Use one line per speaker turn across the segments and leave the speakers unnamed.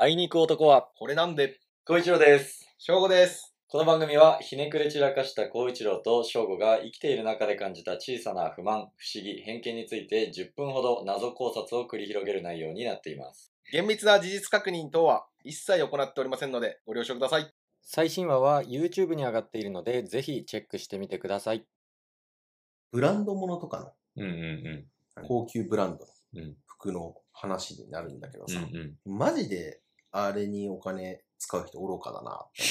あいに行く男は、
これなんで、
孝一郎です。
正午です。
この番組は、ひねくれ散らかした孝一郎と正吾が生きている中で感じた小さな不満、不思議、偏見について10分ほど謎考察を繰り広げる内容になっています。
厳密な事実確認等は一切行っておりませんので、ご了承ください。
最新話は YouTube に上がっているので、ぜひチェックしてみてください。
ブランドものとか
うんうん
の、高級ブランド
う
の
ん
服の話になるんだけど
うん。
さ、
ん。
マジであれにお金使う人愚かだなって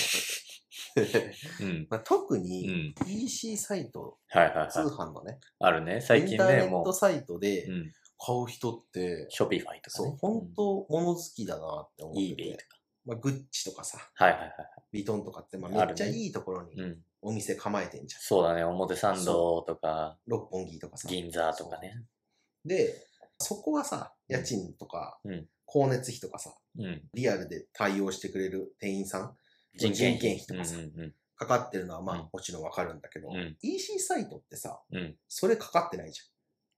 思って て
うん。
まあ特に
ん。
EC サイト、
はいは
通販のね、
あるね。
インターネットサイトで
ん。
買う人って、
ショピファイと
そう、本当物好きだなって思ってて、
か。
まあ、グッチとかさ、
はいはいはい。
ビトンとかって、ま
あ
あ、
るね
めっちゃいいところに
ん。
お店構えてんじゃん。
そうだね。表参道とか、
六本木とかさ。
銀座とかね。
で、そこはさ、家賃とか
うん、
光熱費とかさ、
うん。
リアルで対応してくれる店員さん、
人件費
とかさ、
うんうん
かかってるのはまあ
うん
もちろんわかるんだけど、
うん
EC サイトってさ、
うん。うん。
それかかってないじゃん。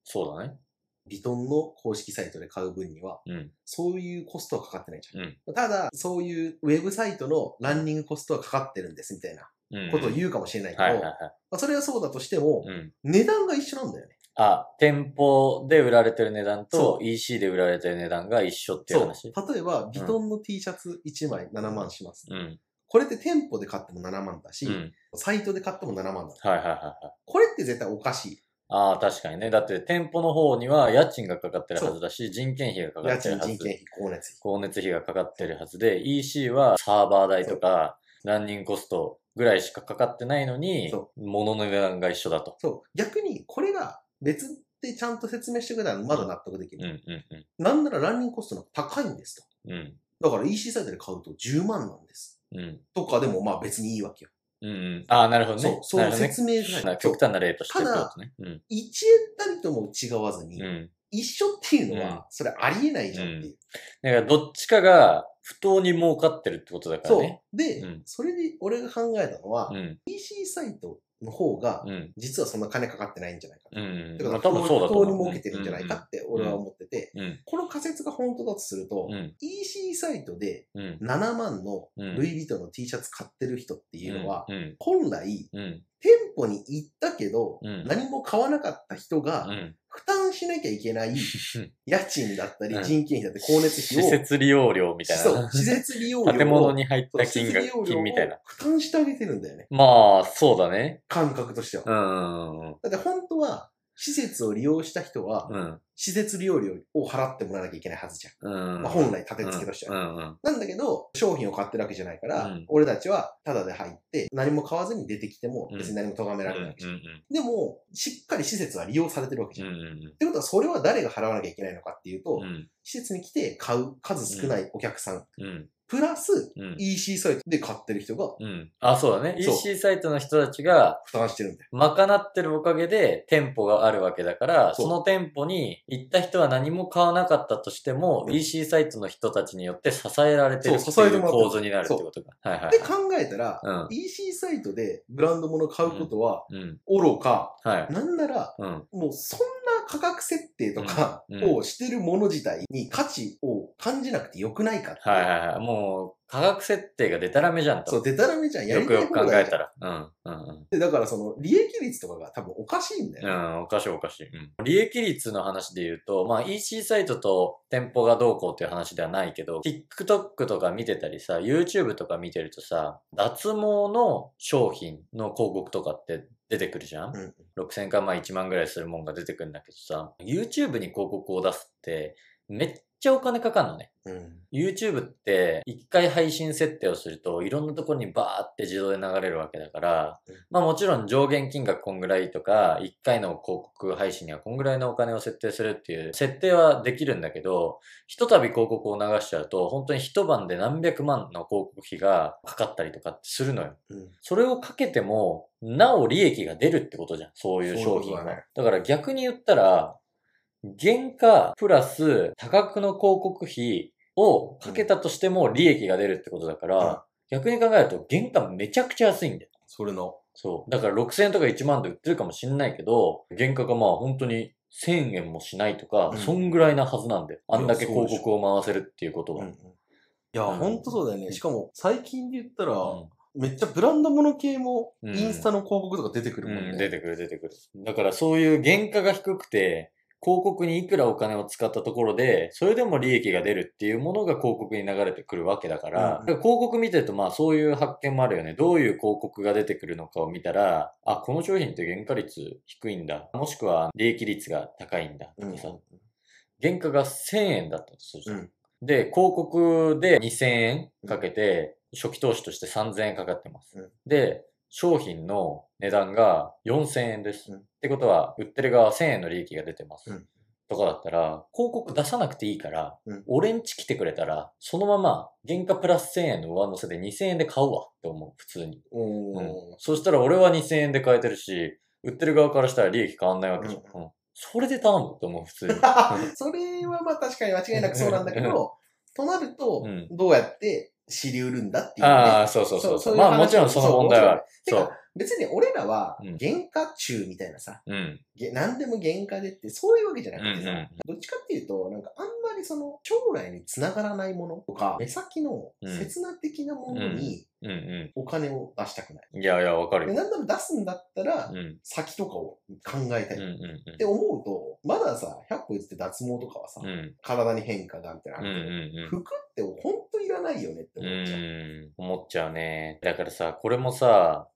そうだね。
ビトンの公式サイトで買う分には、
うん。
そういうコストはかかってないじゃん。
うん
ただ、そういうウェブサイトのランニングコストはかかってるんですみたいな
うん
ことを言うかもしれないけど、
はいはい
ま
は
あ、それはそうだとしても、
い。うん。
値段が一緒なんだよね。
あ、店舗で売られてる値段と
そ
EC で売られてる値段が一緒っていう
そう
話。
例えば、ビトンの T シャツ1枚7万します。
うん。
これって店舗で買っても7万だし、
うん。
サイトで買っても7万だ。
はいはいはいはい。
これって絶対おかしい。
ああ、確かにね。だって店舗の方には家賃がかかってるはずだし、人件費がかか
家
ってる
賃、
は
人件
ず。
費、光熱費。
光熱費がかかってるはずで、EC はサーバー代とか、ランニングコストぐらいしかかかってないのに
そ、
物の値段が一緒だと。
そう。逆に、これが別ってちゃんと説明してくれたらまだ納得でき
うん
る。
うんうん。
なんならランニングコストの方が高いんです
うん。
と。だから EC サイトで買うと10万なんです。
うん。
とかでもまあ別にいいわけよ。
うんうん。ああ、なるほどね
そう。。そ
な
う
るほどね
説明がない。そう
極端な例としてってことね。うん。
一円たりとも違わずに、
うん。
一緒っていうの
うん
は、それありえないじゃんっていう。
だから、どっちかが不当に儲かってるってことだから
そ
ね。
う。で、
うん
それで俺が考えたのは、
うん
EC サイトの方が、
うん。
実はそんな金かかってないんじゃないかな。
うん。
だ
まあ
か
多
ら、
分そうだと
不当に
思う。
儲けてるんじゃないかって俺は思ってて、
うん。うん。
この仮説が本当だとすると、
うん
EC サイトで
うん。うん。
7万の
うん
ルイ・ヴィトンの T シャツ買ってる人っていうのは、
うん。
本来、
うん。
店舗に行ったけど、
うん
何も買わなかった人
う
が、
ん。
負担しなきゃい けない
施
家賃だったり
うん、
人件費だったり、光熱費を、
設利用料みたい
そう
な。
施設利用料を、
建物に入っ
そう
た
施設
金
利用料
額、
を
金みたいな。
負担してあげてるんだよね。
まあ、そうだね。
感覚としては。
うん。うん。
だって本当は、施設を利用した人は、
うん。
施設利用料を払ってもらわなきゃいけないはずじゃん。
うん。
まあ、本来立て付けとしては。
うん。うん。
なんだけど、商品を買ってるわけじゃないから、
うん
俺たちはタダで入って、何も買わずに出てきても、別に何も咎め
うん。
ら
う
れないわ
ん
けじゃん。でも、しっかり施設は利用されてるわけじ
う
ゃん。っ
ん。うん。
てことは、それは誰が払わなきゃいけないのかっていうと、
うん。
施設に来て買う数少ないお客さん、
うん。
プラス
うん。
EC サイトで買ってる人が
うん。あ、そうだね。
そう
EC サイトの人たちが、
負担してるんだよ。
賄ってるおかげで店舗があるわけだから、
そう
その店舗に行った人は何も買わなかったとしても、
うん
EC サイトの人たちによって支えられてるって
そう支え
い
て
う
もらってる
構図になるってことか。はいはい
で考えたら、
はい。
EC サイトでブランド物を買うことは、
うん。うん。
愚か、
はい。
なんなら、
うん。
もうそんな価格設定とか
うんうん
をしてるもの自体に価値を感じなくてよくないかって。
はいはいはい。もう、価格設定がデタラメじゃんと。
そう、デタラメじゃん。や
よ
り
く
た
よ
い
く
方
考
が
えたら。うん。うん。うん
で、だからその、利益率とかが多分おかしいんだよ
う
ね。
ん、おかしいおかしい。うん。利益率の話で言うと、まあ EC サイトと店舗がどうこうっていう話ではないけど、TikTok とか見てたりさ、YouTube とか見てるとさ、脱毛の商品の広告とかって出てくるじゃん、
うん
?6000 かまあ1万ぐらいするもんが出てくるんだけどさ、YouTube に広告を出すって、めっちゃお金かかるのね。
うん。
YouTube って一回配信設定をするといろんなところにバーって自動で流れるわけだから
うん、
まあもちろん上限金額こんぐらいとか、一回の広告配信にはこんぐらいのお金を設定するっていう設定はできるんだけど、ひとたび広告を流しちゃうと本当に一晩で何百万の広告費がかかったりとかってするのよ。
うん
それをかけても、なお利益が出るってことじゃん。そういう商
そういう
品
こ
は。
と
だか
だね
ら逆に言ったら、原価プラス多額の広告費をかけたとしても利益が出るってことだから、
うん
逆に考えると原価めちゃくちゃ安いんだよ。
それの。
そう。だから6000円とか1万で売ってるかもしんないけど、原価がまあ本当に1000円もしないとか、
うん
そんぐらいなはずなんだよ。あんだけ
いやそう
広
でしょ
告を回せるっていうこと
う
は。
ん。いや、
うん
ほんとそうだよね。しかも、最近で言ったら、
うん
めっちゃブランド物系も、
うん
インスタの広告とか出てくるもんね。
うん、出てくる出てくる。だからそういう原価が低くて、広告にいくらお金を使ったところで、それでも利益が出るっていうものが広告に流れてくるわけだから、
う
だ
ん
から広告見てるとまあそういう発見もあるよね。どういう広告が出てくるのかを見たら、あ、この商品って原価率低いんだ。もしくは利益率が高いんだ。と
うん
かさ、原価が1000円だったとするじゃん
うん
で、広告で2000円かけて、初期投資として3000円かかってます。
うん
で、商品の値段が4000円です。
うん
ってことは、売ってる側は1000円の利益が出てます。
うん
とかだったら、広告出さなくていいから、
うん
俺んち来てくれたら、そのまま原価プラス1000円の上乗せで2000円で買うわって思う、普通に。
お
う
ー
んそしたら俺は2000円で買えてるし、売ってる側からしたら利益変わんないわけじゃん。うんそれで頼むって思う、普通に。
それはまあ確かに間違いなくそうなんだけど、となると
うん、
どうやって知り得るんだっていうね。
ああ、そうそうそうそう。
そういう
まあ
話
もちろんその問題はある。
て
そう
か。、別に俺らは
うん、
原価中みたいなさ、
うん。
げ何でも原価でって、そういうわけじゃなくてさ、
うんうんうん
どっちかっていうと、なんかあんまりその、将来につながらないものとか、目先の
うん
刹那的なものに
うんう
お金を出したくない。
ん。いやいや、わかる
で
よ。
何でも出すんだったら
う、ん。
先とかを考えた
うん
い。っ
う
て思うと、まださ、100歩譲って脱毛とかはさ
んうん。う、ん。
体に変化がみたいな
うんう
のあるけど。
ん
服って本当いらないよねって
うん。う
思っちゃう。
ん。思っちゃうね。だからさ、これもさ、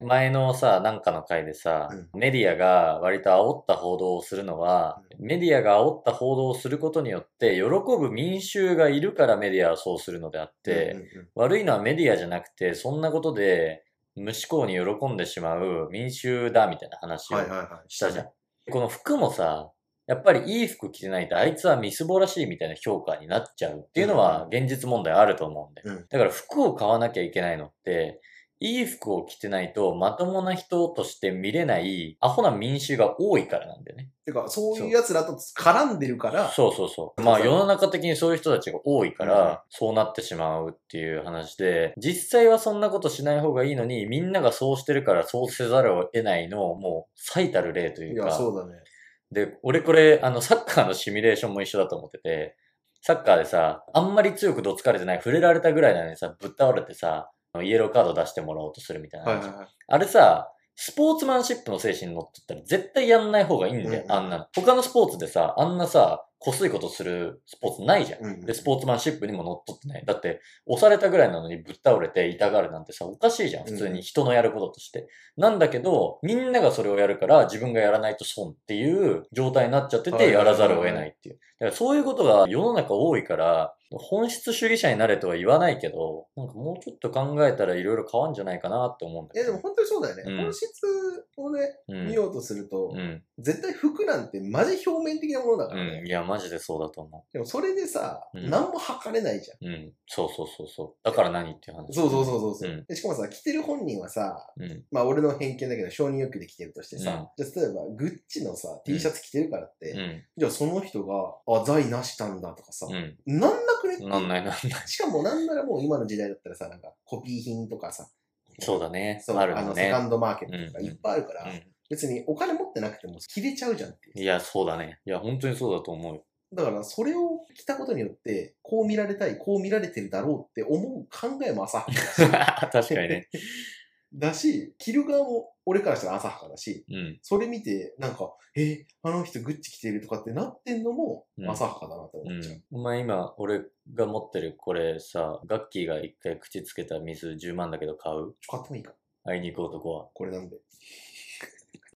前のさ、なんかの回でさ、メディアが割と煽った報道をするのは、メディアが煽った報道をすることによって、喜ぶ民衆がいるからメディアはそうするのであって、
うんうんうん
悪いのはメディアじゃなくて、そんなことで無思考に喜んでしまう民衆だみたいな話を
はいはいはい。
したじゃん。この服もさ、やっぱりいい服着てないとあいつはみすぼらしいみたいな評価になっちゃうっていうのは現実問題あると思うんだよ。
うん
だから服を買わなきゃいけないのって、いい服を着てないとまともな人として見れないアホな民衆が多いからなんだよね。
てか、そういう奴らと絡んでるから、
そうそうそう。まあ世の中的にそういう人たちが多いから、そうなってしまうっていう話で、実際はそんなことしない方がいいのに、みんながそうしてるからそうせざるを得ないの、もう最たる例とい
いう
か。
や、そうだね。
で、俺これ、あの、サッカーのシミュレーションも一緒だと思ってて、サッカーでさ、あんまり強くどつかれてない、触れられたぐらいなのにさ、ぶっ倒れてさ、あのイエローカード出してもらおうとするみたいな
はい
話。
はいはい。
あれさ、スポーツマンシップの精神に乗っとったら絶対やんない方がいいんだよ、
うんうん
あんなの。他のスポーツでさ、あんなさ、こすいことするスポーツないじゃん。
うんうん
で、スポーツマンシップにも乗っ取ってない。だって、押されたぐらいなのにぶっ倒れて痛がるなんてさ、おかしいじゃん。普通に人のやることとして。なんだけど、みんながそれをやるから自分がやらないと損っていう状態になっちゃって
はい
て、
はいは
や
い
らざるを得ないっていう。だからそういうことが世の中多いから、本質主義者になれとは言わないけど、なんかもうちょっと考えたら色々変わんじゃないかなって思うんだけ
いや、
ど
でも本当にそうだよね。
うん
本質をね、
うん
見ようとすると、
うん。
絶対服なんてマジ表面的なものだからね。
うん。いや、マジでそうだと思
でもそれでさ、
うん
何も測れないじゃん。
う。うん。そうそうそうそう。だから何っていう話。
そうそうそうそうそう、
うん
でしかもさ、着てる本人はさ、
うん。
まあ俺の偏見だけど承認欲求で着てるとしてさ、じゃあ例えばグッチのさ、T シャツ着てるからって、
うん。
じゃあその人が、あ、財なしたんだとかさ、
うん。
なんなくねっていう
なんないなんない。
しかもなんならもう今の時代だったらさ、なんかコピー品とかさ、
そうだね。
そう
ある
あ
の
のセ
ね。
カンドマーケットとか
うん
いっぱいあるから、別にお金持ってなくても切れちゃうじゃんっていう
うんいや、そうだね。いや、本当にそうだと思 うよ。
だからそれを着たことによって、こう見られたい、こう見られてるだろうって思う考えも浅はか
確かにね。
だし、着る側も俺からしたら浅はかだし、
うん。
それ見てなんか、え、あの人グッチ着てるとかってなってんのも
うん
浅はかだなって思っちゃう。
うん、お前今、俺が持ってるこれさ、ガッキーが一回口つけた水10万だけど買う
ちょ、買ってもいいか
会いに行く男は。
これなんで。